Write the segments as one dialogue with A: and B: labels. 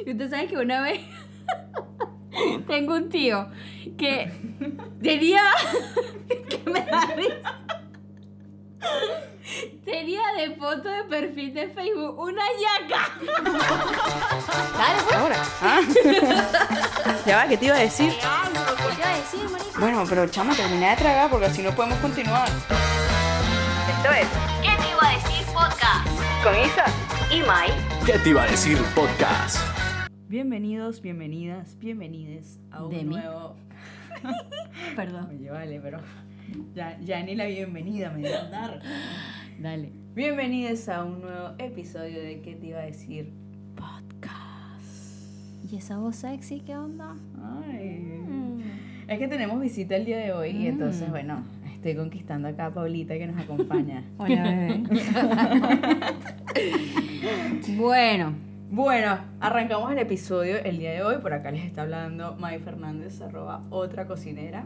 A: Y usted sabe que una vez tengo un tío que tenía que me da risa. Tenía de foto de perfil de Facebook una yaca.
B: Dale, pues.
C: Ahora. Ah. ya va, ¿qué te iba a decir?
B: ¿Qué te iba a decir, marica?
C: Bueno, pero chama, termina de tragar porque así no podemos continuar. Esto es
B: ¿Qué te iba a decir, podcast?
C: con Isa.
B: Y Mai.
D: ¿Qué te iba a decir podcast?
E: Bienvenidos, bienvenidas, bienvenides a un
A: De mí.
E: nuevo.
A: Perdón.
E: Oye, vale, pero ya, ya ni la bienvenida me dio a dar.
A: Dale.
E: Bienvenidos a un nuevo episodio de ¿Qué te iba a decir?
A: ¿Y esa voz sexy qué onda?
E: Ay. Es que tenemos visita el día de hoy y entonces,
A: Mm.
E: bueno, estoy conquistando acá a Paulita que nos acompaña.
C: Hola, bebé.
A: Bueno,
E: Bueno, arrancamos el episodio el día de hoy. Por acá les está hablando May Fernández, arroba otra cocinera.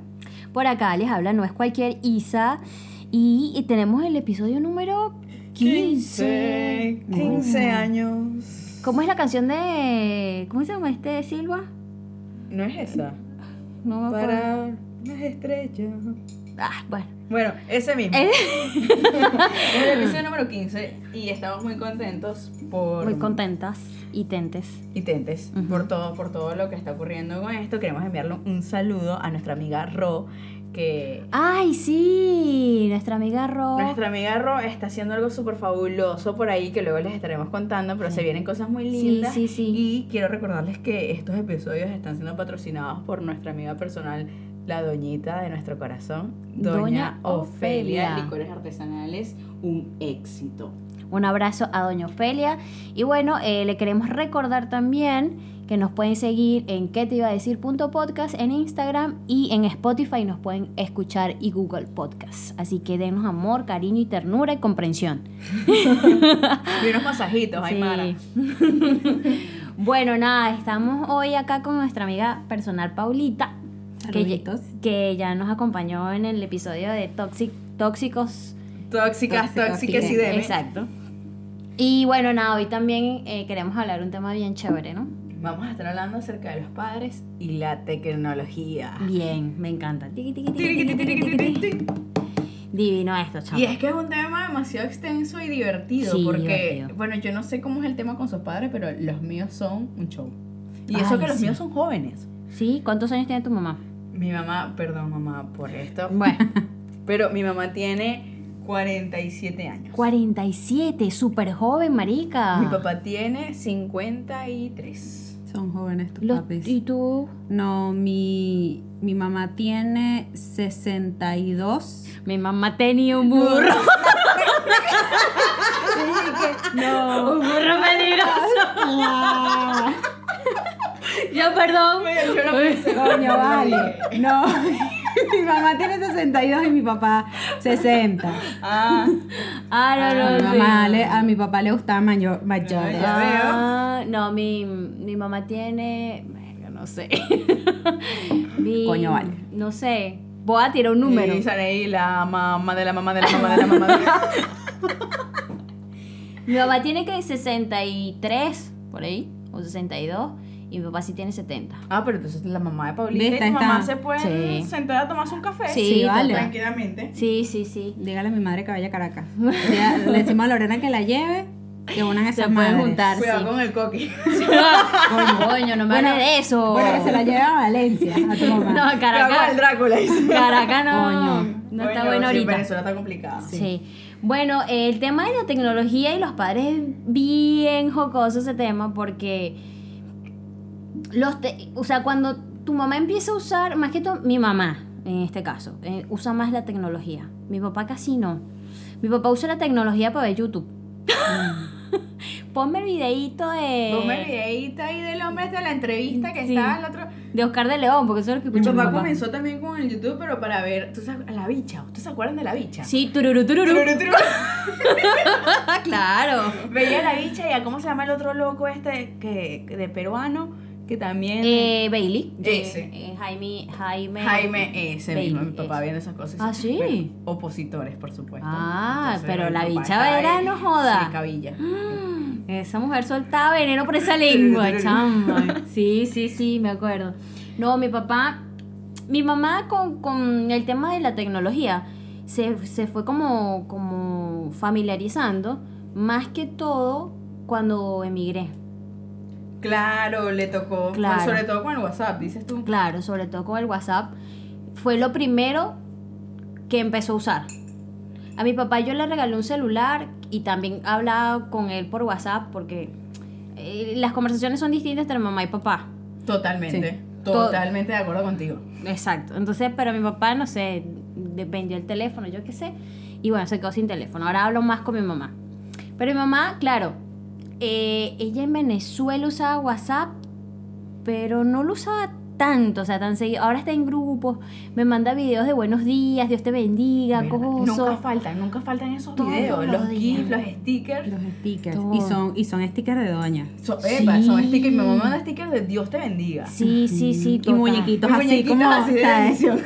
A: por acá les habla, no es cualquier Isa. Y, y tenemos el episodio número 15.
E: 15
A: Bueno.
E: años.
A: ¿Cómo es la canción de. ¿Cómo se llama este Silva?
E: ¿No es esa?
A: No me acuerdo.
E: Para las estrellas.
A: Ah, bueno.
E: Bueno, ese mismo.
A: Eh.
E: Es el episodio número 15 y estamos muy contentos por...
A: Muy contentas y tentes.
E: Y tentes,
A: Ujú.
E: por, todo, por todo lo que está ocurriendo con esto. Queremos enviarle un saludo a nuestra amiga Ro, que...
A: ¡Ay, sí! Nuestra amiga Ro.
E: Nuestra amiga Ro está haciendo algo súper fabuloso por ahí que luego les estaremos contando, pero se vienen cosas muy
A: Sí,
E: lindas.
A: sí, sí.
E: Y quiero recordarles que estos episodios están siendo patrocinados por nuestra amiga personal, la doñita de nuestro corazón, Doña,
A: Doña
E: Ofelia.
A: Ofelia.
E: Licores artesanales, un éxito.
A: Un abrazo a Doña Ofelia. Y bueno, eh, le queremos recordar también que nos pueden seguir en qué te iba a decir punto podcast en Instagram y en Spotify nos pueden escuchar y Google Podcast. Así que denos amor, cariño y ternura y comprensión. Ah.
E: Y unos masajitos, Aymara.
A: Sí. bueno, nada, estamos hoy acá con nuestra amiga personal Paulita. Que, ya-
B: Saluditos.
A: que ya nos acompañó en el episodio de Toxic, Tóxicos.
E: Tóxicas,
B: Tóxicas,
E: tóxicas y
B: sí,
E: deme.
A: Exacto. Y bueno, nada, hoy también eh, queremos hablar un tema bien chévere, ¿no?
E: Vamos a estar hablando acerca de los padres y la tecnología.
A: Bien, me encanta. Tiqui, tiqui, tiqui, tiqui, tiqui, tiqui.
E: Y
A: Divino esto, chaval.
E: es que es un tema demasiado extenso y divertido
A: Sí,
E: porque,
A: divertido.
E: bueno, yo no sé cómo es el tema con sus padres, pero los míos son un show. Y
A: Ay,
E: eso que los
A: sí.
E: míos son jóvenes.
A: Sí, ¿cuántos años tiene tu mamá?
E: Mi mamá, perdón mamá por esto,
A: Bueno,
E: pero mi mamá tiene 47 años.
A: 47, súper joven, marica.
E: Mi papá tiene 53.
B: Son jóvenes tus
A: Los-
B: papis.
A: ¿Y tú?
B: No, mi, mi mamá tiene 62.
A: Mi mamá tenía un burro.
B: No.
A: Un burro peligroso. Yo, perdón.
E: Yo no pensé.
B: Coño, vale. No. Mi mamá tiene 62 y mi papá 60.
E: Ah,
A: Ah, no, no,
B: A mi,
A: sí.
B: mamá le- a mi papá le gustaban mayor- mayores.
E: Ya veo.
A: Ah, no, mi, mi mamá tiene. verga, No sé. Mi-
B: Coño, vale.
A: No sé. Voy a tirar un número.
E: Y Sanaí, la mamá de la mamá de la mamá de la mamá. de la-
A: Mi mamá tiene que 63, por ahí, o 62, y mi papá sí tiene 70.
E: Ah, pero entonces la mamá de Paulita
B: ¿Ves?
E: y
B: Está-
E: tu mamá
B: está.
E: se pueden
A: Sí.
E: sentar a tomarse un café.
A: Sí,
B: Sí, vale.
A: total.
E: Tranquilamente.
A: Sí, sí, sí.
B: Dígale a mi madre que vaya a Caracas. Ya, Le decimos a Lorena que la lleve, que unan esas
A: Se pueden
B: madres.
A: juntar, sí.
E: Cuidado con el coqui.
A: Coño, coño, no me
B: Bueno,
A: hables de eso.
B: Bueno, que se la lleve a Valencia, a tu mamá.
A: No,
E: Cuidado con el
A: Caracas.
E: Drácula. dice.
A: Caracas no.
B: Coño.
A: No está
E: Coño,
A: bueno
E: sí,
A: ahorita.
E: Venezuela está complicada.
A: Sí. Bueno, el tema de la tecnología y los padres es bien jocoso ese tema porque los te- o sea, cuando tu mamá empieza a usar, más que todo mi mamá en este caso, eh, usa más la tecnología. Mi papá casi no. Mi papá usa la tecnología para ver YouTube. Ponme el videíto de
E: Ponme el videíto ahí del hombre este de la entrevista que
A: Sí.
E: estaba el otro.
A: de Oscar de León, porque eso es lo que
E: Mi
A: escucha mi
E: papá
A: papá.
E: comenzó también con el YouTube, pero para ver. ¿Tú sabes? La bicha. ¿Ustedes se acuerdan de la bicha?
A: Sí, tururú, tururú.
E: Tururú, tururú.
A: claro.
E: Veía a la bicha y a cómo se llama el otro loco este que, que de peruano que también.
A: Eh, Bailey.
E: Ese.
A: Eh, Jaime, Jaime.
E: Jaime ese
A: Bailey,
E: mismo, mi papá
A: ese.
E: viendo esas cosas.
A: Ah, ¿sí?
E: Bueno, opositores, por supuesto.
A: Ah, pero
E: mi
A: la
E: papá
A: bicha
E: estaba
A: era,
E: ahí,
A: no joda.
E: Sí, cabilla.
A: Mm, Esa mujer soltaba veneno por esa lengua, chama. Sí, sí, sí, me acuerdo. No, mi papá, mi mamá con, con el tema de la tecnología se, se fue como, como familiarizando, más que todo cuando emigré.
E: Claro, le tocó. pues,
A: Claro.
E: Sobre todo con el WhatsApp, dices tú.
A: Claro, sobre todo con el WhatsApp, fue lo primero que empezó a usar. A mi papá yo le regalé un celular y también hablaba con él por WhatsApp porque eh, las conversaciones son distintas entre mamá y papá.
E: Totalmente. Totalmente de acuerdo contigo.
A: Exacto. Entonces, pero mi papá, no sé, de- vendió el teléfono, yo qué sé. Y bueno, se quedó sin teléfono. Ahora hablo más con mi mamá. Pero mi mamá, claro, eh, ella en Venezuela usaba WhatsApp, pero no lo usaba tanto, o sea, tan seguido. Ahora está en grupos, me manda videos de buenos días, Dios te bendiga,
E: Mira,
A: coso.
E: Nunca faltan, nunca faltan esos
A: Todos
E: videos.
A: los
E: Los
A: días.
E: GIFs, los stickers.
B: Los stickers.
A: Todo.
B: Y son, y son stickers de doña.
E: So- epa, son
A: Sí.
E: stickers. Mi mamá manda stickers de Dios te bendiga.
A: Sí, sí, sí.
B: Y
A: total.
B: muñequitos
E: Los
B: así
E: muñequitos
B: como.
E: así de
B: ¿sabes?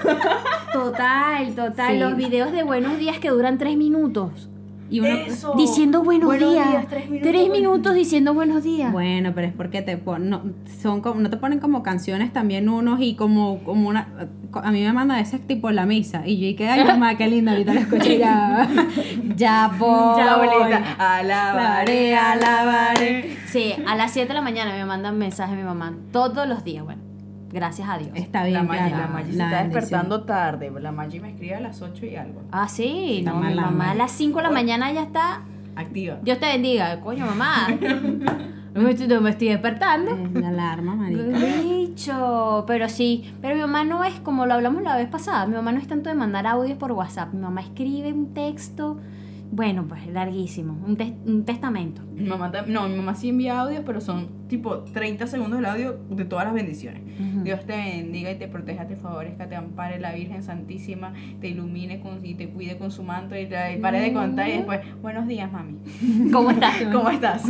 A: Total, total.
B: Sí.
A: Los videos de buenos días que duran tres minutos.
B: Y uno-
E: Eso.
A: Diciendo buenos, días.
E: Tres minutos.
A: minutos, diciendo buenos días.
B: Bueno, pero es porque te pon- no, son como, no te ponen como canciones también unos y como, como una a mí me manda a veces tipo la misa y yo y que ay mamá qué linda ahorita la escuché ya ya voy
E: Ya, abuelita. Alabaré, alabaré.
A: Sí, a las 7 de la mañana me mandan mensajes mi mamá todos los días. Bueno, gracias a Dios.
B: está bien
E: La Maggi,
B: claro,
E: la Maggi se
B: la
E: está
B: bendición.
E: despertando tarde. La Maggi me escribe a las 8 y algo.
A: Ah, sí,
B: Está
A: no, mi
B: mala,
A: mamá a
B: madre.
A: las 5 de la mañana ya está.
E: Activa.
A: Dios te bendiga. Coño, mamá. No me estoy, no me estoy despertando.
B: es la alarma Eh, marica
A: Dicho, pero sí, pero mi mamá no es como lo hablamos la vez pasada, mi mamá no es tanto de mandar audios por WhatsApp, mi mamá escribe un texto, bueno, pues larguísimo, un, tes- un testamento.
E: Mi mamá tam- no, mi mamá sí envía audios, pero son tipo 30 segundos del audio de todas las bendiciones. Dios te bendiga y te proteja, te favorezca, te ampare la Virgen Santísima, te ilumine con, y te cuide con su manto y, te- y pare de contar y después, buenos días, mami.
A: ¿Cómo estás?
E: ¿Cómo estás?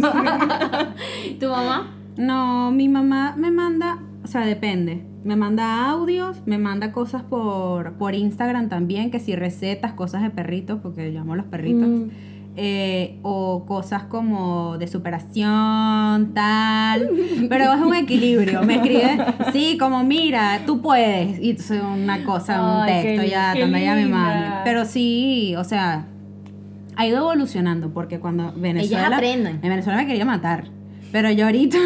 A: ¿Tu mamá?
B: no mi mamá me manda o sea depende me manda audios me manda cosas por por Instagram también que si recetas cosas de perritos porque yo amo los perritos
A: Mm.
B: eh, o cosas como de superación, tal. Pero es un equilibrio. Me escribe, sí, como mira, tú puedes. Y es una cosa, un
A: Ay, qué
B: texto,
A: li-
B: ya,
E: qué
B: también ya me
E: linda.
B: manda. Pero sí, o sea, ha ido evolucionando porque cuando Venezuela.
A: aprenden.
B: En Venezuela me quería matar. Pero yo ahorita,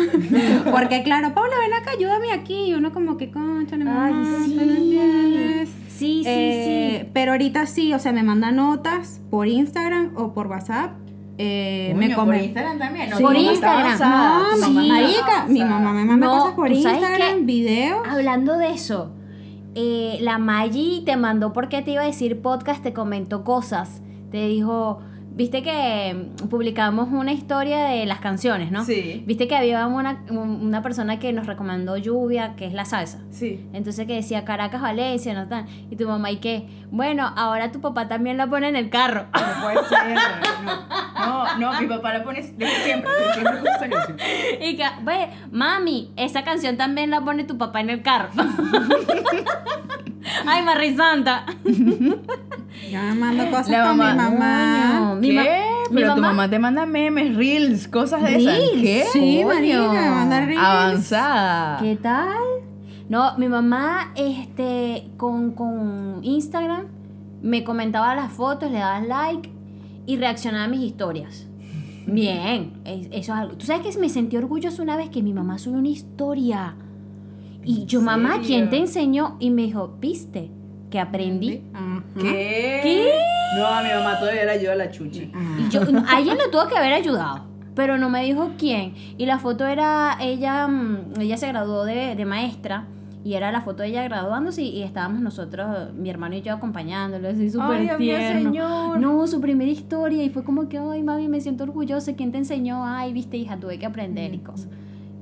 B: porque claro, Paula, ven acá, ayúdame aquí. Y uno como que, concha,
A: Ay, sí.
B: no entiendes.
A: Sí, sí,
B: Eh, Pero ahorita sí, o sea, me manda notas por Instagram o por WhatsApp. eh, me
E: Coño, por
B: come-
E: Instagram también.
A: Sí. Por
E: Tu mamá está
A: Instagram.
E: avanzada,
B: No,
E: tu
B: mi-
E: mamá está
B: marica, mi
E: avanzada.
B: mamá me manda
A: No,
B: cosas por
A: ¿tú sabes qué?
B: Instagram, videos.
A: sí. Hablando de eso, eh, la Maggi te mandó porque te iba a decir podcast, te comentó cosas, te dijo, viste que mm, publicamos una historia de las canciones, ¿no?
E: Sí,
A: Viste que había una, un- una persona que nos recomendó lluvia, que es la salsa.
E: sí.
A: Entonces que decía Caracas, Valencia, no tan. Y tu mamá, ¿y qué? Bueno, ahora tu papá también la pone en el carro.
E: No puede ser. No, no, no, mi papá la pone desde siempre. desde siempre puso esa canción.
A: Y que, ve, mami, esa canción también la pone tu papá en el carro. Ay, Marisanta.
B: Yo me mando cosas
E: La
B: con
E: mamá.
B: mi mamá.
A: Coño, mi ma-
E: ¿Qué?
A: mi
E: Pero tu
A: mamá-
E: mamá te manda memes, reels, cosas de esas.
A: Reels,
E: ¿Qué?
B: Sí,
A: Coño.
B: marica, me manda reels.
E: Avanzada.
A: ¿Qué tal? No, mi mamá, este, con, con Instagram, me comentaba las fotos, le dabas like y reaccionaba a mis historias. Bien, es- eso es algo. Tú sabes que me sentí orgullosa una vez que mi mamá subió una historia. Y
E: ¿En
A: yo, mamá, ¿quién
E: serio?
A: te enseñó? Y me dijo, ¿viste? Que aprendí.
B: Ajá.
E: ¿Qué?
A: ¿Qué?
E: No, a mi mamá todavía le ayuda a la chuchi.
A: Y yo, alguien le tuvo que haber ayudado, pero no me dijo quién. Y la foto era ella, mm, ella se graduó de, de maestra y era la foto de ella graduándose y, y estábamos nosotros, mi hermano y yo acompañándolo, así
E: Ay,
A: súper
E: Dios mío,
A: tierno.
E: señor.
A: No, su primera historia y fue como que, ay, mami, me siento orgullosa, ¿quién te enseñó? Ay, viste, hija, tuve que aprender y cosas.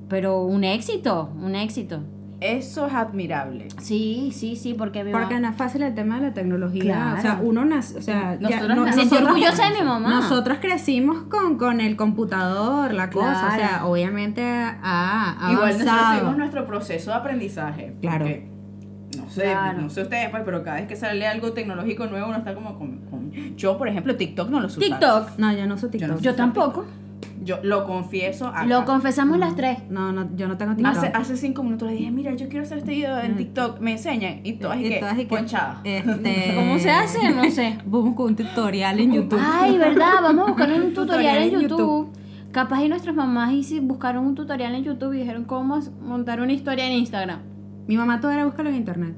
A: Pero un éxito, un éxito.
E: Eso es admirable.
A: Sí, sí, sí, porque mi
B: Porque
A: mamá-
B: no es fácil el tema de la tecnología.
A: Claro.
B: O sea, uno nace. O sea,
E: Nosotras
A: me siento orgullosa de mi mamá.
B: Nosotras crecimos con, con el computador, la cosa. O sea,
A: Claro.
B: obviamente ha ha
E: Igual nosotros
B: avanzado.
E: tuvimos nuestro proceso de aprendizaje.
B: Claro.
E: porque, No sé,
A: Claro.
E: no sé ustedes, pues, pero cada vez que sale algo tecnológico nuevo, uno está como con, con- Yo, por ejemplo, TikTok no lo uso.
A: TikTok.
B: No, yo no uso TikTok.
E: no uso
A: Yo tampoco.
E: Yo lo confieso. acá.
A: Lo confesamos las tres.
B: No, no, yo no tengo TikTok.
E: Hace, hace cinco minutos le dije, mira, yo quiero hacer este video en TikTok. Me enseñan. Y todas y,
B: Y
E: que,
B: todas y que-
E: ponchada.
B: Este,
A: ¿Cómo se hace? No sé.
B: Vamos con un tutorial en YouTube.
A: Ay, ¿verdad? Vamos a buscar un tutorial en
B: Tutorial en
A: YouTube. Capaz y nuestras mamás y si buscaron un tutorial en YouTube y dijeron cómo montar una historia en Instagram.
B: Mi mamá todo era búscalo en internet.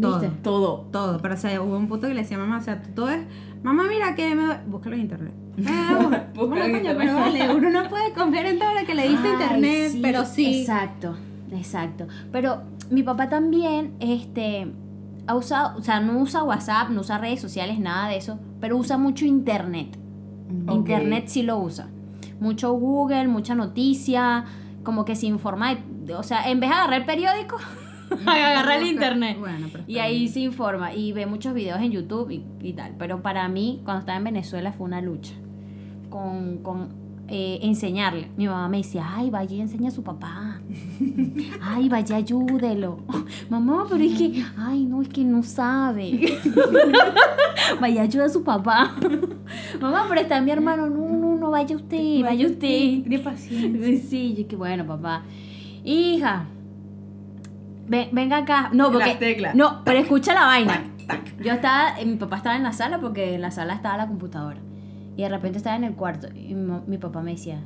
B: Todo.
A: ¿Viste?
E: Todo.
B: Todo. Pero o sea, hubo un punto que le decía a mamá, o sea, tú todo es, mamá, mira que me doy-". búscalo en internet. Ah, bú-
E: Búscalo en
B: coño,
E: internet.
B: pero vale, uno no puede confiar en todo lo que le dice
A: Ay,
B: internet, pero sí.
A: Exacto, exacto. Pero mi papá también este, ha usado, o sea, no usa WhatsApp, no usa redes sociales, nada de eso, pero usa mucho internet.
E: Ok.
A: Internet sí lo usa. Mucho Google, mucha noticia, como que se informa. de- O sea, en vez de agarrar el periódico, agarra el
B: Busca-
A: internet.
B: Bueno, pero
A: Y
B: está
A: ahí
B: bien.
A: se informa y ve muchos videos en YouTube y, y tal. Pero para mí, cuando estaba en Venezuela, fue una lucha con, con, eh, enseñarle. Mi mamá me decía, ay, vaya y enseña a su papá. Ay, vaya, ayúdelo. Mamá, pero es que, ay, no, es que no sabe. Vaya, ayuda a su papá. Mamá, pero está mi hermano. No, no, no, vaya usted, vaya usted.
E: De paciencia.
A: Sí, sí, yo que bueno, papá. Hija, ve- venga acá. No,
E: Las
A: porque.
E: teclas.
A: No, pero escucha la vaina.
E: Tac, tac.
A: Yo estaba, eh, mi papá estaba en la sala porque en la sala estaba la computadora. Y de repente estaba en el cuarto. Y mi, mo- mi papá me decía,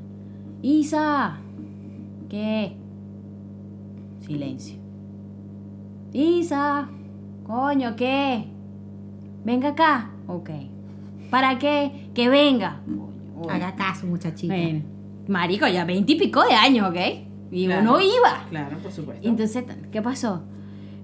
A: Isa, ¿qué? Silencio. Isa, coño, ¿qué? Venga acá. Ok. ¿Para qué? Que venga. Coño,
B: Haga caso, muchachita.
A: bueno, marico, ya veintipico de años, ¿ok? Y
E: Claro.
A: uno iba.
E: Claro, por supuesto.
A: Entonces, ¿qué pasó?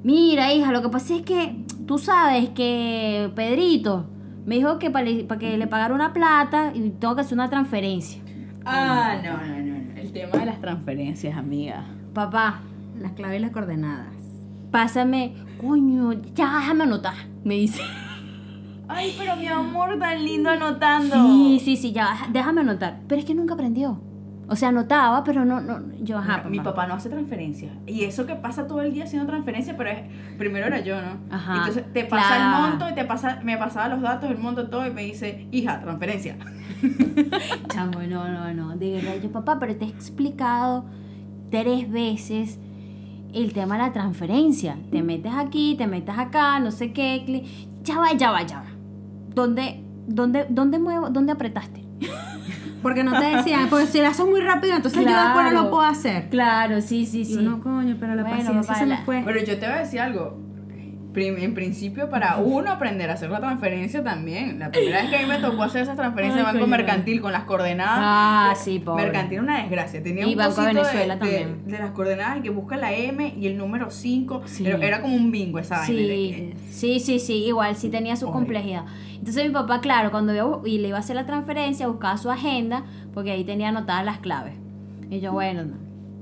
A: Mira, hija, lo que pasa es que tú sabes que Pedrito me dijo que para, que le pagara una plata y tengo que hacer una transferencia.
E: ah, no, no, no, no. El tema de las transferencias, amiga.
A: Papá,
B: Las claves y las coordenadas.
A: pásame, coño, ya déjame anotar, me dice.
E: Ay, pero mi amor, tan lindo anotando.
A: Sí, sí, sí, ya déjame anotar. Pero es que nunca aprendió. O sea, anotaba, pero no, no, yo, ajá,
E: Mi papá no hace transferencias. Y eso que pasa todo el día haciendo transferencias, pero es, primero era yo, ¿no?
A: Ajá,
E: Entonces te pasa
A: claro.
E: el monto y te pasa, me pasaba los datos, el monto, todo, y me dice, hija, transferencia.
A: Chamo, no, no, no. De verdad, yo, papá, pero te he explicado tres veces el tema de la transferencia. Te metes aquí, te metes acá, no sé qué. cli- Ya va, ya va, ya va. ¿Dónde, dónde, dónde muevo? ¿Dónde apretaste?
B: Porque no te decían, porque si lo haces muy rápido, entonces yo después no
A: Claro.
B: lo puedo hacer.
A: Claro, sí, sí,
B: Y uno, coño, pero la
A: Bueno,
B: paciencia
A: papá,
B: se me
A: la-
B: fue.
E: Pero yo te voy a decir algo. Prim- En principio, para uno aprender a hacer la transferencia también. La primera vez que a mí me tocó hacer esas transferencias de
A: Ay,
E: Banco
A: coño.
E: Mercantil con las coordenadas.
A: Ah, sí, pobre.
E: Mercantil una desgracia. Tenía
A: Y
E: un
A: Banco
E: cosito de-
A: Venezuela
E: de,
A: también.
E: de las coordenadas que busca la M y el número 5.
A: Sí.
E: Pero era como un bingo esa vaina. y de que-
A: Sí, sí, sí, sí, igual sí tenía su
E: Horrible.
A: complejidad. Entonces mi papá, claro, cuando iba a bu- y le iba a hacer la transferencia, buscaba su agenda, porque ahí tenía anotadas las claves. Y yo, bueno, no,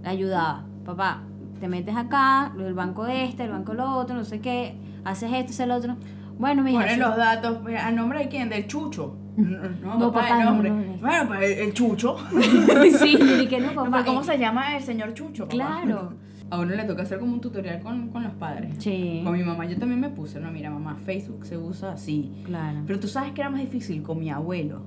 A: le ayudaba. Papá, te metes acá, el banco este, el banco lo otro, no sé qué, haces esto, haces lo otro. Bueno, mi hija.
E: Ponen los datos. mira, ¿A nombre de quién? ¿Del Chucho? No,
A: Mm. No,
E: papá,
A: papá,
E: el
A: no,
E: nombre.
A: no, no.
E: Bueno, pues el, el Chucho.
A: sí, y que no,
E: No,
A: papá.
E: pero ¿Cómo
A: eh,
E: se llama el señor Chucho? papá?
A: Claro.
E: A uno le toca hacer como un tutorial con, con los padres.
A: Sí,
E: Con mi mamá yo también me puse, no, mira, mamá, Facebook se usa así.
A: claro.
E: Pero tú sabes que era más difícil con mi abuelo.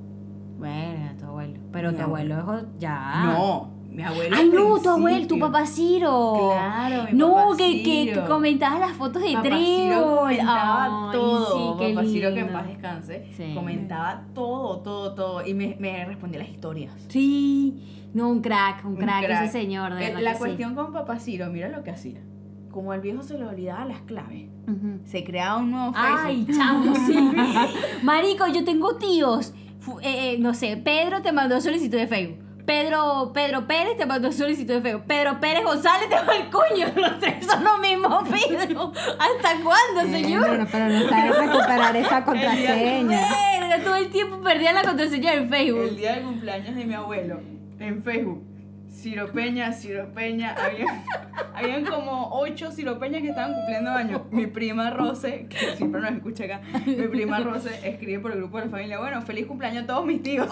A: Bueno, tu abuelo. Pero
E: Mi
A: tu abuelo es ya.
E: No, mi abuelo.
A: Ah. Ay,
E: al
A: no, tu abuelo, tu
E: principio.
A: papá Ciro.
E: Claro, mi
A: no,
E: papá
A: que, que-
E: Ciro.
A: que comentabas las fotos de
E: Papá Ciro
A: Trébol.
E: comentaba
A: Ay,
E: todo.
A: Sí, qué
E: papá Ciro, que en
A: lindo.
E: paz descanse,
A: Sí.
E: comentaba todo, todo, todo. Y me, me respondía las historias.
A: Sí, no, un crack, un
E: Un
A: crack,
E: crack.
A: ese señor, de
E: Eh,
A: verdad.
E: la
A: que sí.
E: cuestión con papá Ciro, mira lo que hacía. Como al viejo se le olvidaba las claves,
A: Ujú.
E: se creaba un nuevo Facebook.
A: Ay, chamo, sí. Marico, yo tengo tíos. Fu- eh, eh, no sé, Pedro te mandó solicitud de Facebook. Pedro, Pedro Pérez te mandó solicitud de Facebook. Pedro Pérez González te mandó el coño. Los tres son los mismos, Pedro. ¿Hasta cuándo,
B: Eh,
A: señor?
B: bueno, pero no sabes recuperar esa contraseña.
A: Verga, todo el tiempo perdía la contraseña del
E: El
A: Facebook.
E: día del cumpleaños de mi abuelo, en Facebook, Ciro Peña, Ciro Peña, había- habían como ocho Ciro Peñas que estaban cumpliendo años. Mi prima Rose, que siempre nos escucha acá, mi prima Rose escribe por el grupo de la familia, bueno, feliz cumpleaños a todos mis tíos.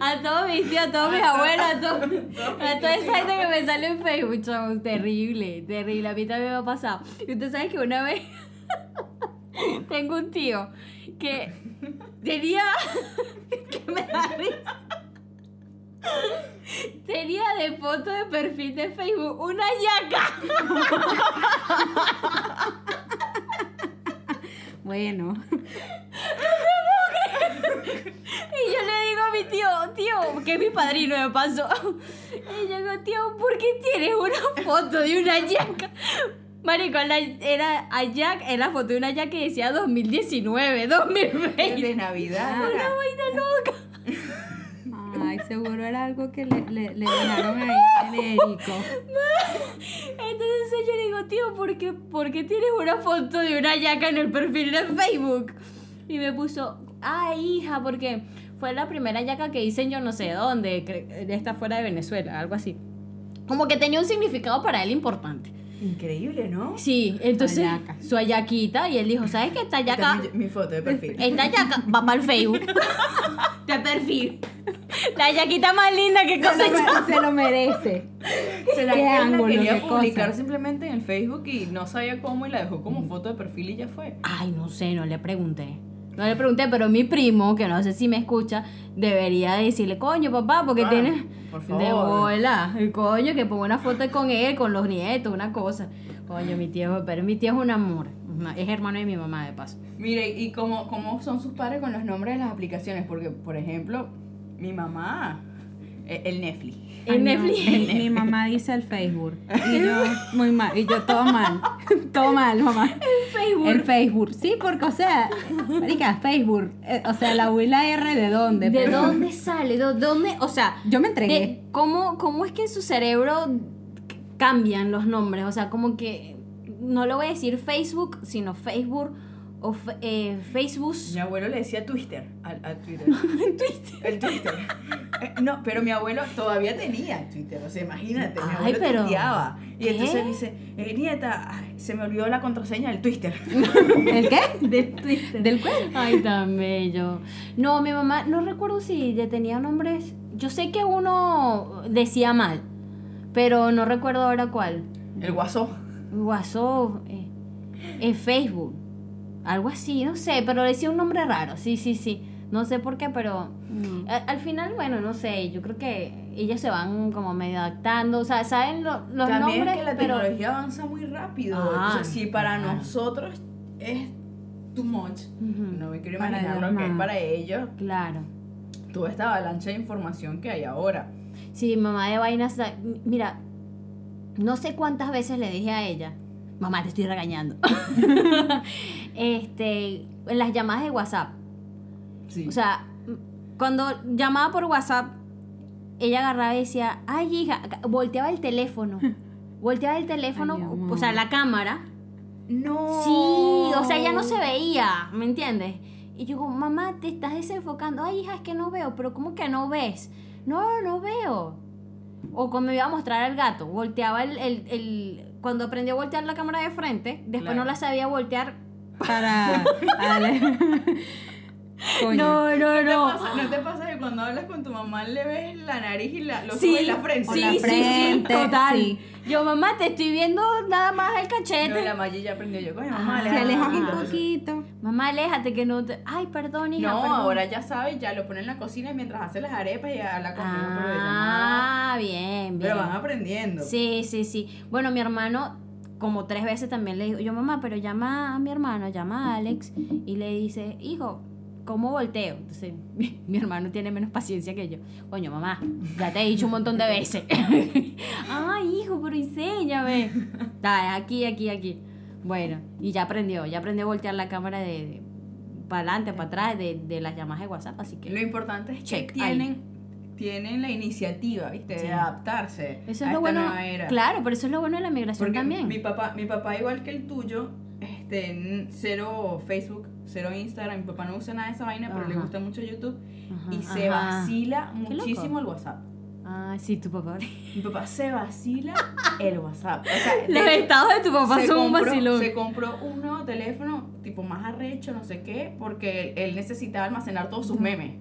A: A todos mis tíos, a todos mis abuelos, a, todo- a toda esa gente que me sale en Facebook, chavos. Terrible, terrible. A mí también me ha pasado. Y usted sabe que una vez tengo un tío que tenía que me da risa. Tenía de foto de perfil de Facebook una yaca.
B: Bueno,
A: Y yo le digo a mi tío, tío, que es mi padrino me pasó. Y yo digo, tío, ¿por qué tienes una foto de una yaca? Marico, la- era Ayak, era la foto de una yaca que decía 2019, 2020.
E: El de Navidad.
A: Una vaina loca.
B: ay, seguro era algo que le, le, le donaron ahí en Erico.
A: Entonces yo le digo, tío, ¿por qué, por qué tienes una foto de una yaca en el perfil de Facebook? Y me puso, ay, hija, porque fue la primera yaca que hice en yo no sé dónde, cre- esta fuera de Venezuela, algo así. Como que tenía un significado para él importante.
E: Increíble, ¿no?
A: Sí, entonces
B: Ayaca.
A: su ayaquita y él dijo, ¿sabes qué? Esta yaca,
E: Esta es Mi, mi foto de perfil.
A: esta yaca va para el Facebook. De perfil. La yaquita más linda que
B: Se lo,
A: cosechó.
B: mere- se lo merece.
E: ¿Será
B: Qué
E: que él
B: ángulo,
E: la quería
B: qué cosa.
E: publicar simplemente en Facebook y no sabía cómo y la dejó como foto de perfil y ya fue?
A: Ay, no sé, no le pregunté. No le pregunté, pero mi primo, que no sé si me escucha, debería decirle, coño, papá, porque
E: Ah,
A: tiene...
E: por
A: De
E: favor.
A: bola, coño, que pongo una foto con él, con los nietos, una cosa. Coño, mi tío, pero mi tío es un amor. Es hermano de mi mamá, de paso.
E: Mire, ¿y cómo, cómo son sus padres con los nombres de las aplicaciones? Porque, por ejemplo, mi mamá, eh, el Netflix.
B: Ay,
A: En
B: no.
A: Netflix.
B: Mi mamá dice el Facebook. Y yo, muy mal. Y yo, todo mal. Todo mal, mamá.
A: Facebook.
B: El Facebook. Sí, porque, o sea, marica, Facebook. Eh, o sea, la abuela R, ¿de dónde?
A: ¿De
B: Pero
A: dónde sale? ¿De dónde? O sea,
B: Yo me entregué.
A: de- ¿cómo, ¿cómo es que en su cerebro c- cambian los nombres? O sea, como que no lo voy a decir Facebook, sino Facebook o fe- eh, Facebook.
E: Mi abuelo le decía Twitter al, al Twitter. El Twitter. Eh, No, pero mi abuelo todavía tenía Twitter, o sea, imagínate, mi
A: Ay,
E: abuelo
A: pero,
E: tuiteaba. Y
A: ¿qué?
E: entonces me dice, eh, nieta, ay, se me olvidó la contraseña del Twitter.
B: ¿El qué? Del ¿Del cuál?
A: Ay, tan bello. No, mi mamá, no recuerdo si le tenía nombres. Yo sé que uno decía mal, pero no recuerdo ahora cuál.
E: El guasó.
A: WhatsApp, eh, eh, Facebook, algo así, no sé, pero decía un nombre raro, sí, sí, sí. No sé por qué, pero
B: No.
A: a- al final, bueno, no sé, yo creo que ellos se van como medio adaptando, o sea, saben lo- los
E: También
A: nombres,
E: es que la
A: pero...
E: tecnología avanza muy rápido.
A: Ah,
E: entonces, si para
A: claro.
E: nosotros es too much,
A: Ujú,
E: no me quiero
B: Para
E: imaginar
B: ellos
E: lo que es
B: más.
E: para ellos,
A: Claro.
E: toda esta avalancha de información que hay ahora.
A: Sí, mamá de vainas. da- m- Mira, no sé cuántas veces le dije a ella, mamá, te estoy regañando. este, en las llamadas de WhatsApp.
E: Sí.
A: O sea, m- cuando llamaba por WhatsApp, ella agarraba y decía, ay, hija, ca- volteaba el teléfono. Volteaba el teléfono,
B: Ay, mi
A: o- o
B: amor.
A: sea, la cámara.
E: no.
A: Sí, o sea, ya no
E: Oh.
A: se veía, ¿me entiendes? Y yo digo, mamá, te estás desenfocando. Ay, hija, es que no veo, pero ¿cómo que no ves? No, no veo. O cuando me iba a mostrar al gato, volteaba el, el- el- Cuando aprendió a voltear la cámara de frente, después
E: Claro.
A: no la sabía voltear.
B: Para. para- Coño.
A: No, no,
E: ¿No te
A: no.
E: pasa- ¿No te pasa que cuando hablas con tu mamá le ves la nariz y la, los
A: Sí,
E: ojos y la frente?
B: O
A: sí,
B: la
A: sí, sí,
B: frente,
A: total.
B: sí.
A: Yo, mamá, te estoy viendo nada más el
E: No,
A: cachete.
E: la Maya ya aprendió yo. Coño,
A: Ah,
E: mamá,
B: Se
E: le
B: aleja
A: alejan
B: un
A: Ah.
B: poquito.
A: Mamá, aléjate que no te. Ay, perdón, hija.
E: No,
A: perdón.
E: ahora ya sabe, ya lo pone en la cocina y mientras hace las arepas y habla conmigo por videollamada.
A: Ah, bien, bien.
E: Pero van aprendiendo.
A: Sí, sí, sí. Bueno, mi hermano, como tres veces también le digo, yo mamá, pero llama a mi hermano, llama a Alex y le dice, hijo, ¿cómo volteo? Entonces, mi, mi hermano tiene menos paciencia que yo. Coño, mamá, ya te he dicho un montón de veces. Ay, hijo, pero enséñame. Está, aquí, aquí, aquí. Bueno, y ya aprendió, ya aprendió a voltear la cámara de, para adelante, para atrás, de, de las llamadas de WhatsApp, así que...
E: Lo importante es que
A: Check,
E: tienen, tienen la iniciativa, ¿viste?
A: Sí.
E: De adaptarse
A: Eso
E: a
A: es lo
E: esta
A: bueno.
E: nueva era.
A: Claro, pero eso es lo bueno de la migración
E: Porque
A: también.
E: Mi papá, mi papá, igual que el tuyo, este, n- cero Facebook, cero Instagram. Mi papá no usa nada de esa vaina, pero le
A: Ajá.
E: gusta mucho YouTube.
A: Ajá,
E: y se
A: ajá.
E: vacila
A: Qué loco.
E: muchísimo el WhatsApp.
A: Ah, sí, tu papá.
E: Mi papá se vacila el WhatsApp. O sea, de
A: Los
E: hecho,
A: estados de tu papá
E: se
A: son un
E: compró-
A: vacilón.
E: Se compró un nuevo teléfono, tipo más arrecho, no sé qué, porque él, él necesitaba almacenar todos sus memes.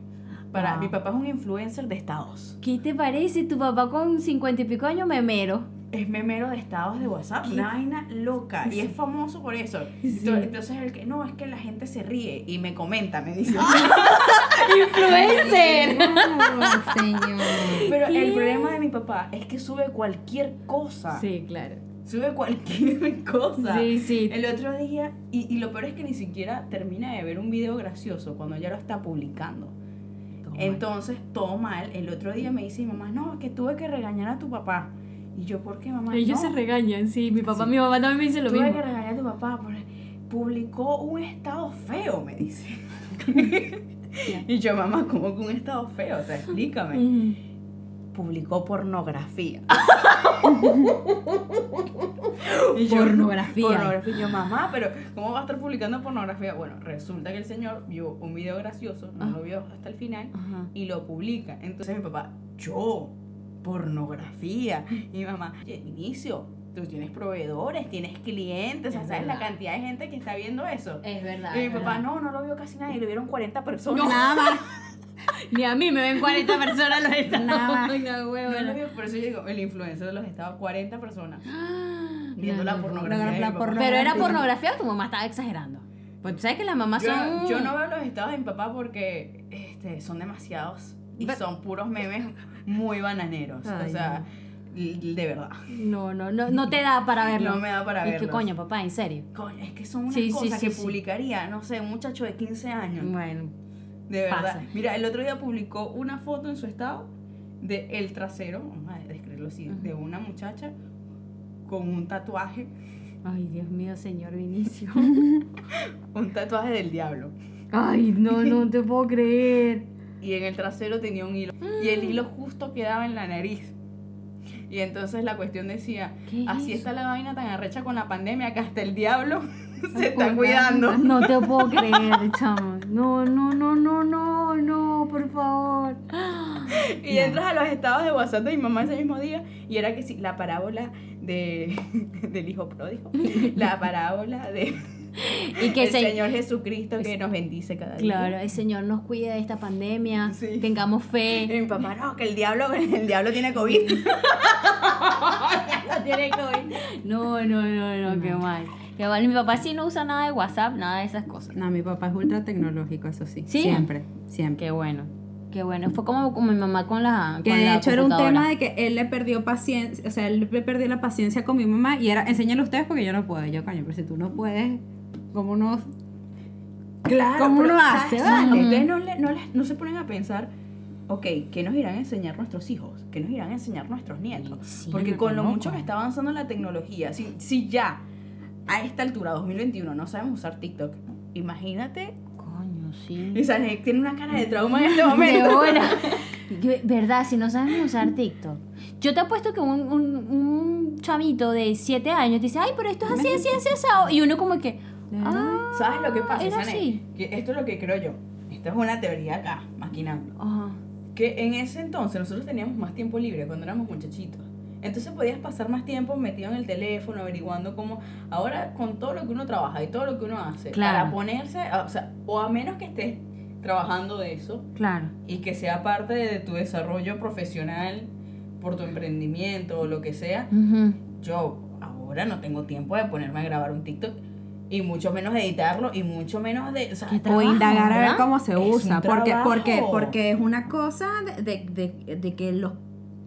E: Para,
A: Wow.
E: Mi papá es un influencer de estados.
A: ¿Qué te parece? Tu papá con cincuenta y pico años memero.
E: es memero de estados de WhatsApp, una vaina loca. Y es famoso por eso. Entonces- Entonces, el que, no, es que la gente se ríe y me comenta, me dice.
A: Ah, ¡Influencer!
B: Wow, señor.
E: Pero el problema de mi papá es que sube cualquier cosa.
A: Sí, claro.
E: Sube cualquier cosa.
A: Sí, sí.
E: El otro día, y, y lo peor es que ni siquiera termina de ver un video gracioso cuando ya lo está publicando. Entonces, todo mal. El otro día me dice mi mamá, no, es que tuve que regañar a tu papá. Y yo, ¿por qué mamá?
A: Ellos
E: "No,
A: se regañan, sí. Mi papá, mi mamá también me dice lo
E: tuve
A: mismo.
E: que regañar a tu papá porque publicó un estado feo, me dice. y yo, mamá, ¿cómo que un estado feo? O sea, explícame.
A: Mm.
E: Publicó pornografía. Y yo,
B: Pornografía.
E: Pornografía. Y yo, mamá, pero ¿cómo va a estar publicando pornografía? Bueno, resulta que el señor vio un video gracioso, no lo vio hasta el final
A: Ajá.
E: y lo publica. Entonces mi papá, yo, pornografía. Y mi mamá, "Oye, inicio, tú tienes proveedores, tienes clientes, o sea,
A: Es
E: ¿sabes la
A: verdad.
E: cantidad de gente que está viendo eso?
A: Es verdad.
E: Y mi
A: es
E: papá,
A: verdad.
E: no, no lo vio casi nadie, lo vieron 40 personas.
B: Nada más.
A: Ni a mí me ven 40 personas los estados.
B: Nada.
A: Ay, No,
E: No
A: huevo,
E: lo
A: no.
E: vio, por eso yo digo, el influencer de los estados, 40 personas viendo la pornografía. de
B: la
E: mi papá.
B: porno-
A: Pero era pornografía o tu mamá estaba exagerando. Pues tú sabes que las mamás son.
E: Yo, yo no veo los estados de mi papá porque este, son demasiados y
A: Pero-
E: son puros memes muy bananeros.
A: Ay,
E: o sea, l- de verdad.
A: No, no, no, no te da para verlo.
E: No me da para
A: Y que
E: verlos.
A: coño, papá, en serio.
E: Coño, es que son unas
A: Sí, sí,
E: cosas
A: sí,
E: que
A: sí.
E: publicaría, no sé, un muchacho de 15 años.
A: Bueno,
E: de verdad.
A: pasa.
E: Mira, el otro día publicó una foto en su estado de el trasero, vamos a describirlo así, de una muchacha con un tatuaje,
A: ay, Dios mío, señor Vinicio.
E: un tatuaje del diablo.
A: Ay, no, no te puedo creer.
E: y en el trasero tenía un hilo. Y
A: Mm.
E: el hilo justo quedaba en la nariz. Y entonces la cuestión decía,
A: ¿Qué es
E: así
A: eso?
E: está la vaina tan arrecha con la pandemia que hasta el diablo se está
B: cuidando.
E: cuidando.
A: No te puedo creer, chamo. No, no, no, no, no, no, por favor.
E: Y entras a los estados de WhatsApp de mi mamá ese mismo día y era que sí, la parábola de, del hijo pródigo, la parábola de
A: Y que
E: el
A: se-
E: Señor Jesucristo que nos bendice cada día.
A: Claro, el Señor nos cuide de esta pandemia.
E: Sí.
A: Tengamos
E: Y
A: fe.
E: mi papá, no, que el diablo, el diablo tiene COVID.
A: No, no, no, no, qué mal. Qué mal. Mi papá sí no usa nada de WhatsApp, nada de esas cosas.
B: No, mi papá es ultra tecnológico, eso sí.
A: ¿Sí?
B: Siempre, siempre.
A: Qué bueno. Qué bueno. Fue como, como mi mamá con la.
B: Que
A: con
B: de
A: la
B: hecho era un
A: computadora.
B: tema de que él le perdió paciencia, o sea, él le perdió la paciencia con mi mamá y era, enséñale ustedes porque yo no puedo. Yo, coño, pero si tú no puedes, ¿cómo no?
E: Claro,
B: ¿Cómo
E: pero,
B: uno
E: ¿sabes?
B: hace,
E: O sea,
A: vale?
E: Ustedes no, le- no les- no se ponen a pensar, ok, ¿qué nos irán a enseñar nuestros hijos? ¿Qué nos irán a enseñar nuestros nietos?
A: Sí,
E: Porque
A: no,
E: con
A: qué
E: lo
A: loco.
E: mucho que está avanzando la tecnología, si, si ya a esta altura, 2021, no sabemos usar TikTok, imagínate.
A: Coño, sí.
E: Y Sanek tiene una cara de trauma en este
A: De
E: momento.
A: bola. Yo- ¿Verdad? Si no sabemos usar TikTok. Yo te apuesto que un, un, un chamito de 7 años te dice, ay, pero esto es así, así, así, asado. Y uno como que, ah,
E: ¿Sabes lo que pasa,
A: Era
E: Sanek?
A: así.
E: Que esto es lo que creo yo. Esto es una teoría acá, maquinando.
A: ah,
E: que en ese entonces nosotros teníamos más tiempo libre cuando éramos muchachitos. Entonces podías pasar más tiempo metido en el teléfono, averiguando cómo... Ahora con todo lo que uno trabaja y todo lo que uno hace,
A: Claro.
E: para ponerse, a- o sea, o a menos que estés trabajando de eso
A: claro.
E: y que sea parte de tu desarrollo profesional por tu emprendimiento o lo que sea,
A: Ujú.
E: yo ahora no tengo tiempo de ponerme a grabar un TikTok y mucho menos editarlo y mucho menos de... o sea,
A: ¿Qué
B: O
A: Trabajo,
B: indagar a ver
A: ¿verdad?
B: cómo se
E: Es un
B: usa. Porque, porque,
E: trabajo.
B: porque es una cosa de, de- de- de que los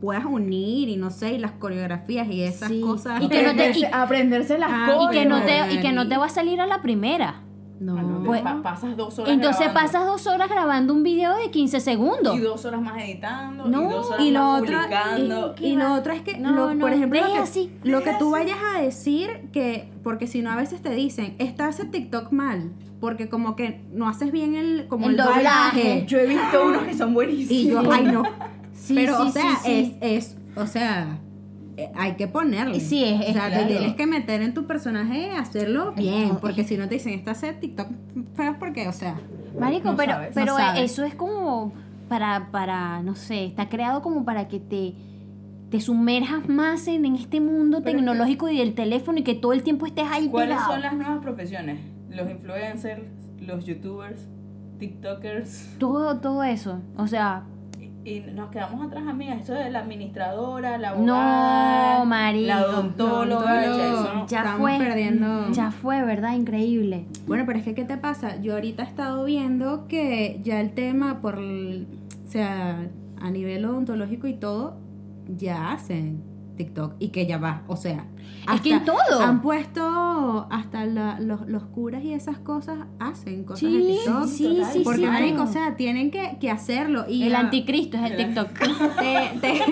B: puedas unir y no sé, y las coreografías y esas
A: Sí.
B: cosas.
A: Y que no te- y-
E: aprenderse las
B: Ah,
E: cosas.
A: Y que, no te, y
B: Marica.
A: que no te va a salir a la primera.
E: Ah, no,
B: No.
E: te
A: Pues-
E: pa- pasas dos horas
A: Entonces
E: grabando,
A: pasas dos horas grabando un video de 15 segundos.
E: y dos horas más editando y
A: No,
E: dos horas
B: y lo
E: más
B: otro
E: publicando
B: y, y lo otro es que
A: No,
B: lo-
A: no,
B: por ejemplo lo
A: deja
B: que,
A: así,
B: lo que tú vayas a decir que porque si no a veces te dicen está ese TikTok mal porque como que no haces bien el como
A: El
B: el,
A: doblaje.
B: doblaje
E: Eh, yo he visto unos que son
B: Ah. y yo
E: buenísimos
B: ay no
A: Sí,
B: pero
A: sí,
B: o sea
A: sí, sí.
B: es es o sea eh, hay que ponerle
A: Sí, es- es
B: o sea
A: claro.
B: te tienes que meter en tu personaje hacerlo bien porque si no te dicen está ese TikTok feo porque o sea
A: Marico,
E: No
A: pero,
E: sabes,
A: pero
B: no sabes.
A: eso es como para, para, no sé, está creado como para que te, te sumerjas más en, en este mundo
E: Pero es que-
A: tecnológico y del teléfono y que todo el tiempo estés ahí
E: cuáles
A: pegado.
E: son las nuevas profesiones los influencers los youtubers tiktokers
A: Todo, todo eso. O sea,
E: y, y nos quedamos atrás, amigas. Eso de la administradora, la
A: No,
E: abogada,
A: marico,
E: la odontóloga,
B: no,
E: ya eso,
B: no.
A: Ya
B: Estamos
A: fue.
B: perdiendo.
A: Ya fue, ¿verdad? Increíble.
B: Bueno, pero es que, ¿qué te pasa? Yo ahorita he estado viendo que ya el tema, por, el- o sea, a nivel odontológico y todo, ya hacen TikTok y que ya va, o sea.
A: Es que en todo.
B: Han puesto hasta la- los, los curas y esas cosas, hacen cosas de
A: Sí,
B: TikTok.
A: sí, sí,
B: Porque,
A: sí,
B: marico,
A: todo.
B: o sea, tienen que, que hacerlo. Y
A: el
B: ah,
A: anticristo es el TikTok.
B: te- te-